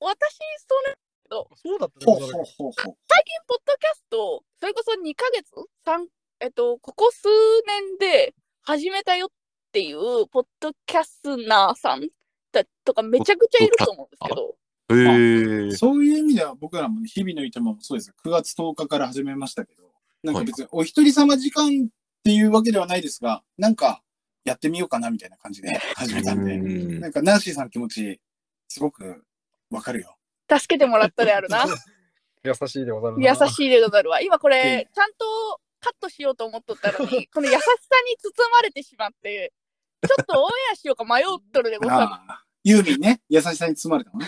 S2: そ、私、その
S1: そうだったで
S4: ほ
S1: ご
S4: うほ
S1: ざ
S4: う
S1: るか。
S4: ほうほう。
S2: ポッドキャスト、それこそ2ヶ月、三えっと、ここ数年で始めたよっていう、ポッドキャスナーさんだとか、めちゃくちゃいると思うんですけど、
S3: へー
S4: そういう意味では僕らもね、日々のいとまもそうです。9月10日から始めましたけど、なんか別にお一人様時間っていうわけではないですが、なんかやってみようかなみたいな感じで始めたんで、
S3: うん
S4: なんかナンシーさんの気持ち、すごくわかるよ。
S2: 助けてもらったであるな。
S1: 優しいでござるな。
S2: 優しいでござるわ。今こ
S4: いい
S2: れ、ちゃんとカットしようと思っとったのに、この優しさに包まれてしまって、ちょっとオンエアしようか迷っとるでござる。
S4: ああユーミンね、優しさに包まれたの ね。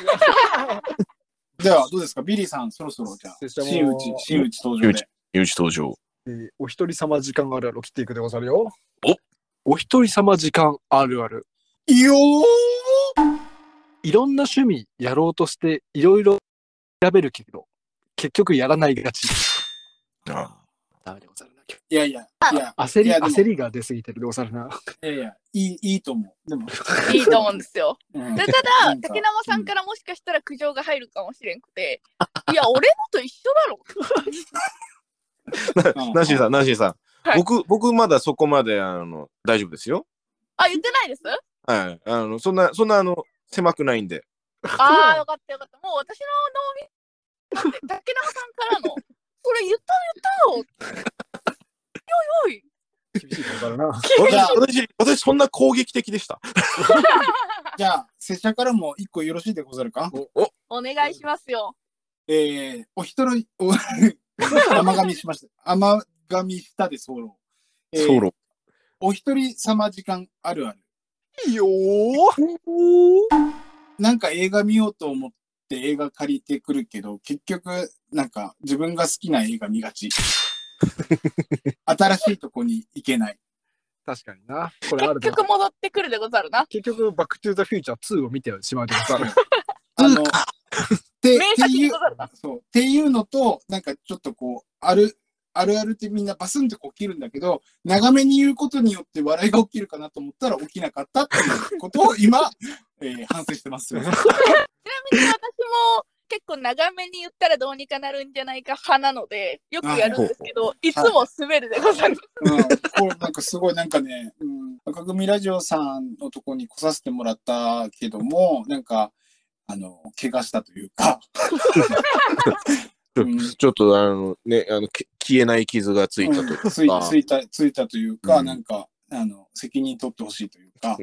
S4: じゃあどうですか、ビリーさん、そろそろじゃあ、
S1: 拙者
S4: 真打
S1: も
S4: ち、真打ち登場で。
S3: 身内登場。
S1: えーお一人様時間あるあるを切っていくでござるよ。
S3: お
S1: お一人様時間あるある。
S4: いよー
S1: いろんな趣味やろうとしていろいろ調べるけど、結局やらないがち。
S3: あ
S1: ダメでござるな。
S4: いやいや、いや、
S1: 焦
S4: い
S1: り、
S4: やでも
S1: 焦りが出すぎてるでござるな。
S4: いやいや、いい、いいと思う。でも、
S2: いいと思うんですよ。
S4: うん
S2: でた
S4: な
S2: だ、
S4: んか
S2: 竹生さんからもしかしたら苦情が入るかもしれんくて、いや、俺のと一緒だろ。
S3: ーナンシーさん、ナンシーさん。
S2: はい
S3: 僕、僕まだそこまで、あの、大丈夫ですよ。
S2: あ、言ってないです
S3: はい。あの、そんな、そんな、あの、狭くないん で。
S2: ああ、よかったよかった。もう私の脳み、だって竹中さんからの、それ言った言ったよ。おいおい。
S1: 厳しいでござるな。
S3: 私、
S4: や
S3: 私、私、そんな攻撃的でした。
S4: じゃあ、拙者からも一個よろしいでござるか
S3: お、お、
S2: お願いしますよ。
S4: えー、お一人、 お甘噛みしました。甘噛みしたで候。えー
S3: ソロ。
S4: お一人様時間あるある。
S1: いいよ
S4: なんか映画見ようと思って映画借りてくるけど、結局、なんか自分 が好きな映画見がち。新しいとこに行けない。
S1: 確かにな。これある
S2: 結
S1: な。
S2: 局戻ってくるでござるな。
S1: 結局、バックトゥーザフューチャー2を見てしまうでご ざる。
S4: あの、って
S2: 名
S4: って
S2: 作
S4: い
S2: で
S4: う
S2: ござるな。
S4: そう。っていうのと、なんかちょっとこう、ある、あるあるってみんなバスンってこう起きるんだけど、長めに言うことによって笑いが起きるかなと思ったら起きなかったっていうことを今、えー反省してます。
S2: ちなみに私も結構長めに言ったらどうにかなるんじゃないか派なので、よくやるんですけど、いつも滑るでござる。
S4: うん、これなんかすごいなんかね、うん、赤組ラジオさんのとこに来させてもらったけども、なんか、あの、怪我したというか、うん
S3: ちょっと、あの、ね、あの、け消えない傷がついたと。
S4: うんつい
S3: あー
S4: ついた、ついたというか、
S3: うん
S4: なんか、あの、責任取ってほしいというか、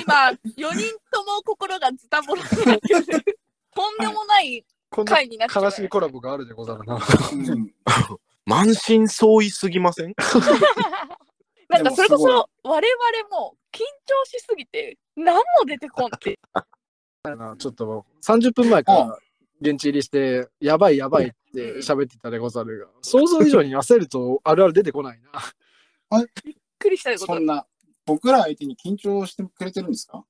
S2: 今、4人とも心がズタボロになってる。とんでもない
S1: こんな
S2: 回になっちゃう。
S1: 悲しいコラボがあるでござるな。
S4: うん、
S3: 満身創痍すぎません
S2: なんかそれ
S4: で
S2: こ
S4: も
S2: そ我々も緊張しすぎて何も出てこんっ
S1: ち
S2: て。
S1: ょっと30分前から現地入りして、やばいやばいって喋ってたでござるが、想像以上に焦るとあるある出てこないな。
S2: びっくりしたでご
S4: そ
S2: ざ
S4: ん
S2: る。
S4: な、僕ら相手に緊張してくれてるんですか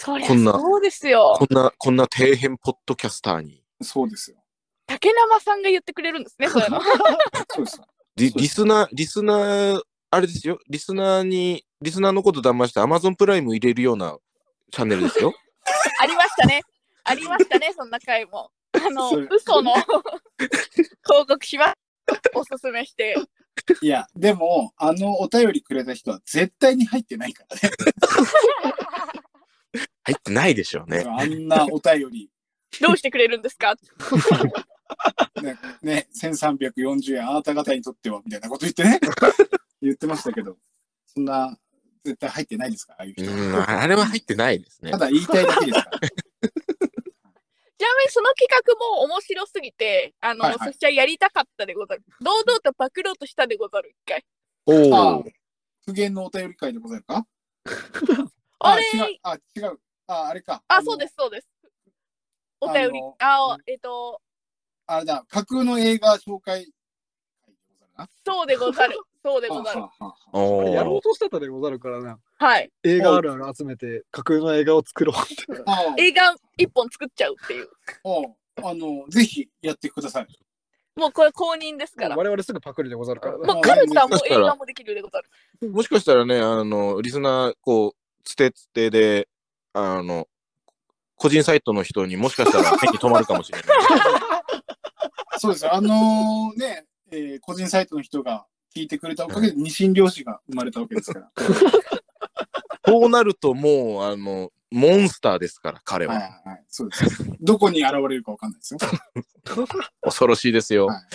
S2: そりゃ
S3: こんな
S2: そうですよ
S3: こ。んな、こんな底辺ポッドキャスターに。
S4: そうですよ。
S2: 竹生さんが言ってくれるんですね、そういうの。
S4: そうですよ。
S3: リ
S4: そう
S3: リスナー、リスナー、あれですよ。リスナーに、リスナーのこと騙して Amazon プライム入れるようなチャンネルです よ。
S2: ありましたね。ありましたね、そんな回も。あの、
S4: それ
S2: 嘘の広告します。おすすめして。
S4: いや、でも、あのお便りくれた人は絶対に入ってないからね。
S3: 入ってないでしょうね。
S4: あんなお便り、
S2: どうしてくれるんですか
S4: ね、ね、1340円、あなた方にとっては、みたいなこと言って ね。言ってましたけど、そんな、絶対入ってないですから、ああいう
S3: う
S4: 人。
S3: ん、あれは入ってないで すね
S4: た。だ言いたいだけですから。
S2: ちなみにその企画も面白すぎて、あの、
S4: はいはい
S2: そちらやりたかったでござる。堂々と暴露としたでござる、一回。
S3: お
S4: あ
S3: お。
S4: 不言のお便り会でござるか
S2: あれ
S4: 違う。あ、違う。あ、あれか。
S2: あ、
S4: の
S2: そうです、そうです。お
S4: あ
S2: 便り
S4: の、
S2: あ
S4: う
S2: えっと、
S4: あれだ、架空の映画紹介会でござるな。
S2: そうでござる。 そうでござる。
S4: はあはあはあ
S3: お
S1: やろう
S3: お。
S1: としてたでござるからな。
S2: はい。
S1: 映画あるある集めて、架空の映画を作ろうって。
S4: ああ
S2: 映画一本作っちゃうっていう。
S4: あああの、ぜひやってください。
S2: もうこれ公認ですから。も
S1: 我々すぐパクリでござるからな。
S2: うカルタも
S3: そし
S2: 映
S3: たら
S2: 画もできるでござる。
S3: もしかしたらね、あの、リスナー、こう、つてつてで、あの、個人サイトの人にもしかしたら目に留まるかもしれない。
S4: そうですよ。あのーね、えー個人サイトの人が聞いてくれたおかげで、二親漁師が生まれたわけですから。
S3: こうなるともう、あの、モンスターですから、彼
S4: はい
S3: は。
S4: はいはい。そうです。どこに現れるかわかんないですよ。
S3: 恐ろしいですよ。
S4: はい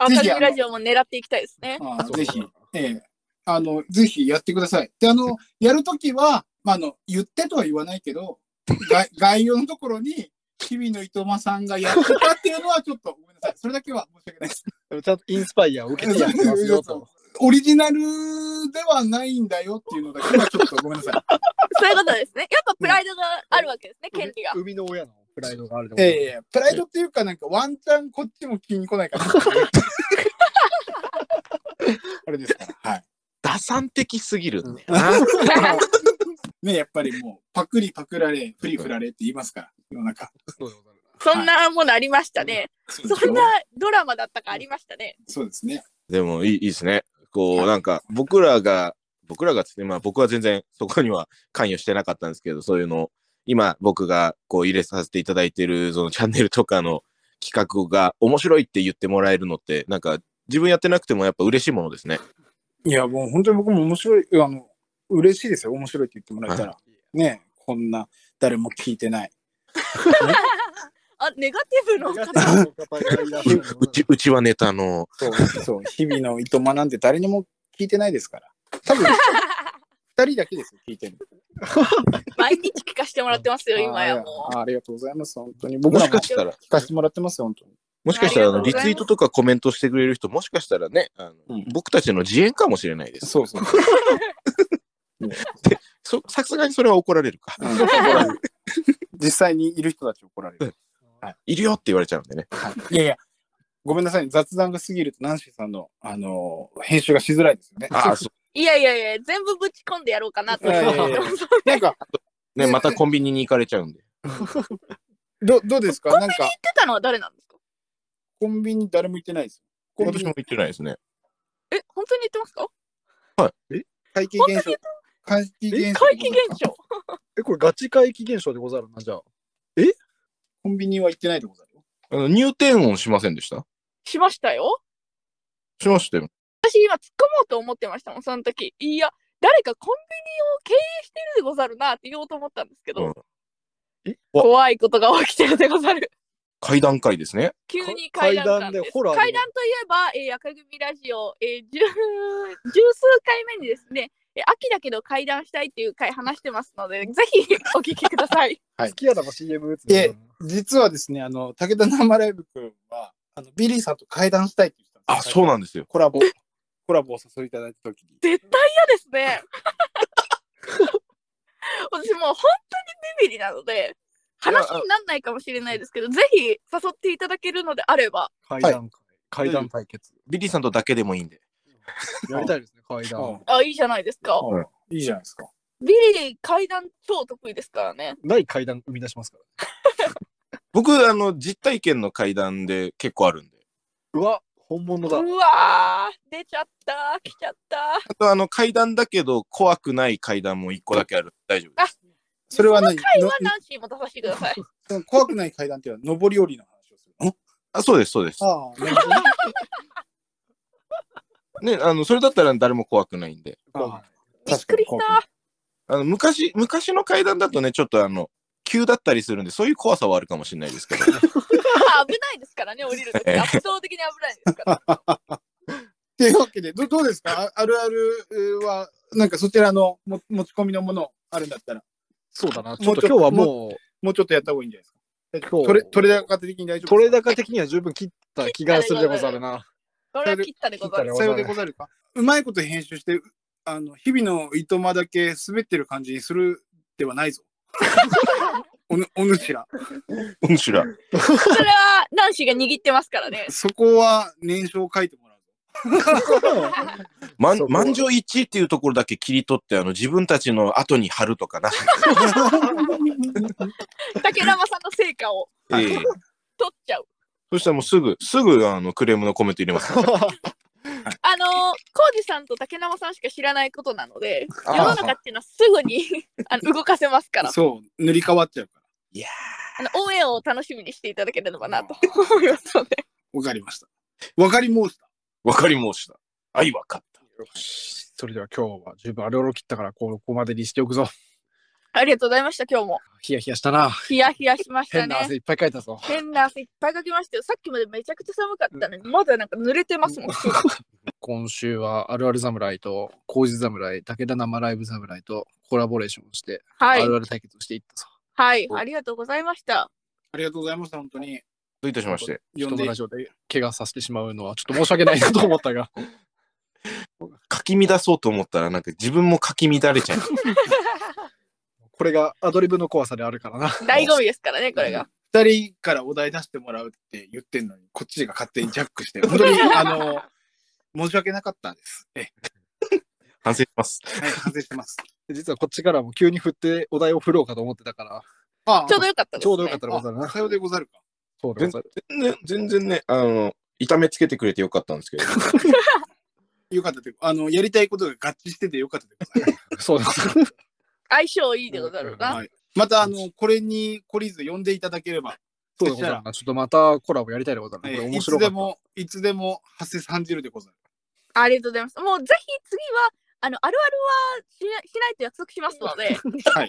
S2: 赤
S4: ぜひ
S2: 組ラジオも狙っていきたいですね。
S4: ああぜひ、ええあの、ぜひやってください。で、あの、やるときは、まあ、あの、言ってとは言わないけど、が 概要のところに、日々の伊藤間さんがやってたっていうのはちょっとごめんなさい。それだけは申し訳ないです。
S1: ちゃんとインスパイアを受けてやってますよと。
S4: オリジナルではないんだよっていうのだけはちょっとごめんなさい。
S2: そういうことですね。やっぱプライドがあるわけですね、権利が。
S1: 生みの親のプライドがあるでござる。
S4: ええプライドっていうか、なんかワンチャンこっちも気に来 ないかなっていう。あれですから。 はい。
S3: 打算的すぎるんだよ
S4: ね、やっぱりもう、パクリパクられ、フリフラれって言いますから、世の中。
S1: そうでござる
S2: そんなものありましたね。
S4: そ
S2: そんなドラマだったかありましたね。
S4: そうですね。
S3: でもいいいいですね。こうなんか僕らが僕らがつってまあ僕は全然そこには関与してなかったんですけどそういうのを今僕がこう入れさせていただいてるそのチャンネルとかの企画が面白いって言ってもらえるのってなんか自分やってなくてもやっぱ嬉しいものですね。
S4: いや、もう本当に僕も面白い、あの、嬉しいですよ。面白いって言ってもらえたら。ね、こんな、誰も聞いてない。
S2: あ、ネガティブの方。
S3: う ちうちはネタの
S4: そう、そう、日々のいとまなんて誰にも聞いてないですから。多分、二人だけですよ、聞いてる。
S2: 毎日聞かせてもらってますよ、今や
S4: あ
S2: も
S4: ああありがとうございます、本当に。僕
S3: も
S4: らも
S3: しか
S4: 聞
S3: したら
S4: かせてもらってますよ、本当に。
S3: もしかしたらあ
S2: あ
S3: の
S2: り
S3: リ
S2: がとうございます
S3: ツイートとかコメントしてくれる人もしかしたらねあの、
S4: うん
S3: 僕たちの自演かもしれないです。
S4: そうそう。
S3: そさすがにそれは怒られるか。
S4: うん怒られる実際にいる人たち怒られる。
S3: いるよって言われちゃうんでね。
S4: はい、いやいや、ごめんなさい、雑談が過ぎると、ナンシーさんの、あのー編集がしづらいですよね。
S3: ああ、そ
S2: いやいやいや、全部ぶち込んでやろうかなと
S4: い
S2: 思
S4: や
S2: っ
S4: いやい
S2: て。
S4: やなんか、
S3: ね、またコンビニに行かれちゃうんで。
S4: どどうですか
S2: コン
S4: なん
S2: ビニ
S4: か
S2: 行っ、てたのは誰なんですか
S4: コンビニ誰も行ってないです。コンビ
S3: 私
S4: ニ
S3: も行ってないですね。
S2: え、本当に言ってますか
S4: 怪奇現象。怪奇現象。
S2: 怪奇現象。
S1: え、これガチ怪奇現象でござるな、じゃあ。
S4: コンビニは行ってないでござるよ。
S3: あの入店音しませんでした
S2: しましたよ。
S3: しましたよ。
S2: 私今突っ込もうと思ってましたもん、その時。いや、誰かコンビニを経営してるでござるなって言おうと思ったんですけど、
S1: うんえ
S3: わ
S2: 怖いことが起きてるでござる。
S3: 階段階ですね。
S2: 急に
S1: か
S2: 階段なん
S1: 階段
S2: で
S1: ですホラーの
S2: 階段といえば、えー、赤組ラジオ、えー、十十数回目にですね、えー秋だけど階段したいっていう回話してます ので、ぜひお聞きください。
S4: はい
S1: 好きやだも CM 打つ
S4: え実はですね、あの、武田生ライブ君は、あの、ビリーさんと会談したいって言ってたん
S3: あ、そうなんですよ。
S4: コラボ、コラボをお誘いいただいたときに。
S2: 絶対嫌ですね。 私もう本当にビビりなので、話になんないかもしれないですけど、ぜひ誘っていただけるのであれば、
S1: 階段、階段対決。
S3: ビリーさんとだけでもいいんで。
S1: やりたいですね、階段。
S2: あ、いいじゃないですか。
S4: いいじゃないですか。
S2: ビリ階段超得意ですからね。
S1: ない階段生み出しますから。
S3: 僕、あの、実体験の階段で結構あるんで。
S1: うわ、本物
S2: う
S1: だ。
S2: わー、出ちゃった、来ちゃった。
S3: あと、あの、階段だけど怖くない階段も一個だけある。大丈夫です。
S4: それは何
S2: 回は
S4: の
S2: ナンシーも出させてください。
S4: その怖くない階段っていうのは、上り下りの話をするの。
S3: あ、そうです、そうです。
S4: ああ、なるほどね。
S3: ね、あの、それだったら誰も怖くないんで。
S4: あ
S2: びっくりした。
S3: あの、昔、昔の階段だとね、ちょっとあの、急だったりするんで、そういう怖さはあるかもしれないですけど。
S2: 危ないですからね、降りるとき。圧倒的に危ないですから。
S4: というわけで、どどうですかああるあるえーは、なんかそちらのも持ち込みのものあるんだったら、
S1: そうだな。ち
S4: も
S1: ょっ
S4: う
S1: と
S4: ちょ
S1: 今日はも
S4: もうちょっとやった方がいいんじゃないですか大丈
S1: そ
S4: 夫
S1: う
S4: 取れ、取れ高的に大丈
S1: う、
S4: 夫
S1: 取れ
S4: ですか
S1: 高的には十分切った気がするでござるな。
S2: これは切ったでございます。
S4: さようでござるか。うまいこと編集して、あの、日々のいとまだけ滑ってる感じにするではないぞ。おぬ、 お主ら。
S3: むしろ。
S2: それはナンシーが握ってますからね。
S4: そこは年賞を書いてもらうぞ。
S3: まん
S1: そ、こ
S3: 満場一致っていうところだけ切り取って、あの、自分たちの後に貼るとか なし。
S2: 竹山さんの成果を
S3: ええ
S2: 取っちゃう。
S3: そしたらもうすぐ、すぐ、あの、クレームのコメント入れます。
S2: あのー、コウジさんと竹山さんしか知らないことなので、世の
S3: あ
S2: 中っていうのはすぐに あの動かせますから、
S4: そう、塗り替わっちゃうから。
S2: あのオンエアを楽しみにしていただければなと思いますので。
S4: わかりました。わかり申した。
S3: わかり申した。はい、わかった。
S1: それでは今日は十分あれを切ったから、ここまでにしておくぞ。
S2: ありがとうございました、今日も。
S1: ヒヤヒヤしたな。
S2: ヒヤヒヤしました
S1: 変な
S2: ね。
S1: 汗いっぱいかいたぞ。
S2: 変な汗いっぱいかきましたよ。さっきまでめちゃくちゃ寒かったのに、まだなんか濡れてますもん。
S1: 今週はあるある侍と、工事侍、武田生ライブ侍とコラボレーションをして、
S2: は
S1: あ
S2: い
S1: る。ある対決をしていったぞ。
S2: はい。ありがとうございました。
S4: ありがとうございました、本当に。
S3: どういたしまして。
S1: 人
S4: 呼んで
S1: のラジオで怪我させてしまうのはちょっと申し訳ないなと思ったが、
S3: かき乱そうと思ったら、なんか自分もかき乱れ ちゃう。
S1: これがアドリブの怖さであるからな。
S2: 醍醐味ですからね、これが。
S4: 二人からお題出してもらうって言ってんのに、こっちが勝手にジャックして、本当 に、あの、申し訳なかったです。ええ、
S3: 反省します。
S4: はい、反省してます。
S1: 実はこっちからも急に振ってお題を振ろうかと思ってたから、
S4: ああ、
S2: ちょうどよかったです、ね。
S1: ちょうどよかったらござる
S4: あ
S1: な。
S4: さようでござるか。
S1: そうでござる。
S3: 全然、全然ね、あの、痛めつけてくれてよかったんですけど。
S4: よかったで、あの、やりたいことが合致しててよかったでございます。
S1: そうでござる。
S2: 相性いいでござるな。
S4: はい。また、あの、これに懲りず呼んでいただければ、
S1: そうでござるな。ちょっとまたコラボやりたいでござるな。
S4: え
S1: これ
S4: えい
S1: 面
S4: つ
S1: 白か
S4: で
S1: った。
S4: も、いつでも、はせさんじるでござる。
S2: ありがとうございます。もうぜひ次は、あの、あるあるはしなしないと約束しますので、
S4: はい。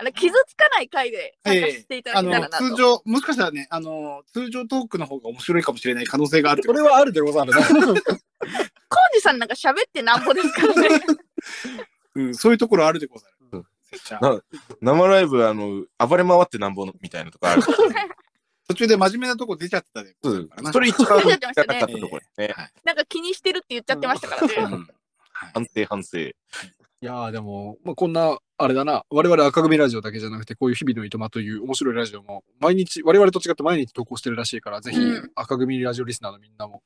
S2: あの傷つかない回で参加していただ
S4: あ
S2: け
S4: の
S2: たらなと。
S4: 通常、もしかしたらね、あの、通常トークの方が面白いかもしれない可能性があるって
S1: そ
S4: こと
S1: れはあるでござる な。
S2: コウジさんなんか喋ってなんぼですからね。
S4: うん、そういうところあるでござる。
S3: うん
S4: せっちゃん
S3: な生ライブ、あの、暴れ回ってなんぼのみたいなとこあ る。
S4: 途中で真面目なとこ出ちゃってたでご
S3: そ
S4: ざ
S3: う
S4: るからな。
S3: それ一番
S2: 出
S3: や
S2: てまし
S3: ら
S2: た
S3: な
S2: ね
S3: かったところですね。
S2: なんか気にしてるって言っちゃってましたから
S4: う
S2: ね。
S4: ん
S3: 反省反省。
S1: いやーでも、まあ、こんな、あれだな、我々赤組ラジオだけじゃなくて、こういう日々のいとまという面白いラジオも、毎日、我々と違って毎日投稿してるらしいから、ぜひ
S2: うん
S1: 赤組ラジオリスナーのみんなも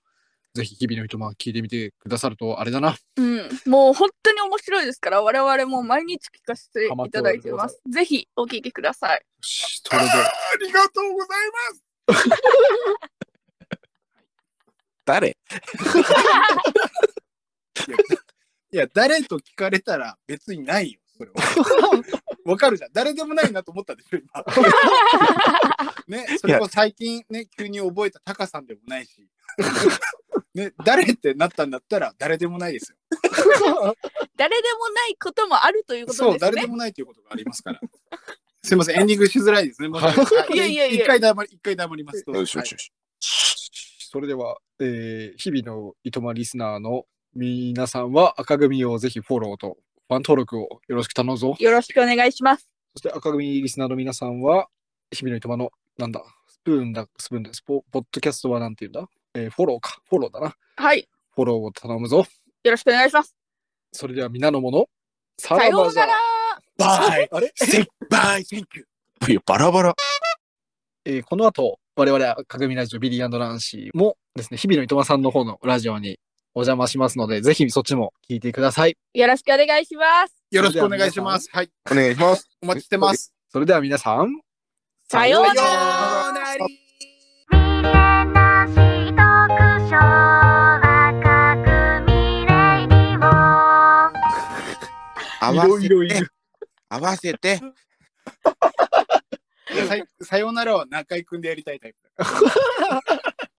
S1: ぜひ日々の人も聞いてみてくださるとあれだな。
S2: うん、もう本当に面白いですから、我々も毎日聞かせていただいてます。ぜひお聞きください。
S1: それで、
S4: ありがとうございます
S3: 誰
S4: いや、誰と聞かれたら別にないよ、それは。わかるじゃん。誰でもないなと思ったでしょ、今。ね、それこそ最近ね、急に覚えたタカさんでもないし。ね、誰ってなったんだったら誰でもないですよ。
S2: 誰でもないこともあるというこ
S4: そ
S2: と
S4: う、
S2: です
S4: 誰
S2: ね
S4: で。もないということがありますから。すいません、エンディングしづらいですね。もう
S2: いやいやいや
S4: 一回黙り、一回黙ります。どうぞ
S3: よしよしよし。
S1: それでは、えー日々のいとまリスナーの皆さんは赤組をぜひフォローとファン登録をよろしく頼むぞ。
S2: よろしくお願いします。
S1: そして赤組リスナーの皆さんは、日々のいとまの、なんだ、スプーンだ、スプーンだ、スポポッドキャストはなんていうんだ、えーフォローか、フォローだな。
S2: はい。
S1: フォローを頼むぞ。
S2: よろしくお願いします。
S1: それでは皆のもの、さ
S2: さ
S1: ら
S2: よ
S1: ば
S2: う
S1: じゃ
S2: なら。
S4: バイ
S1: あれ
S4: セッバイセンキュー
S3: はいいや、バラバラ。
S1: えーこの後、我々、かぐみラジオビリーナンシーもですね、日々のいとまさんの方のラジオにお邪魔しますので、ぜひそっちも聞いてください。
S2: よろしくお願いします。
S4: よろしくお願いします。はい、
S3: お願いします。
S4: お待ちしてます。
S1: それでは皆さん、
S2: さような
S4: さ
S2: ら。
S4: ようなら
S5: 未練なし読書赤く未来にも
S3: 合わせて、合わせて、
S4: ささよならは中居くんでやりたいタイプ。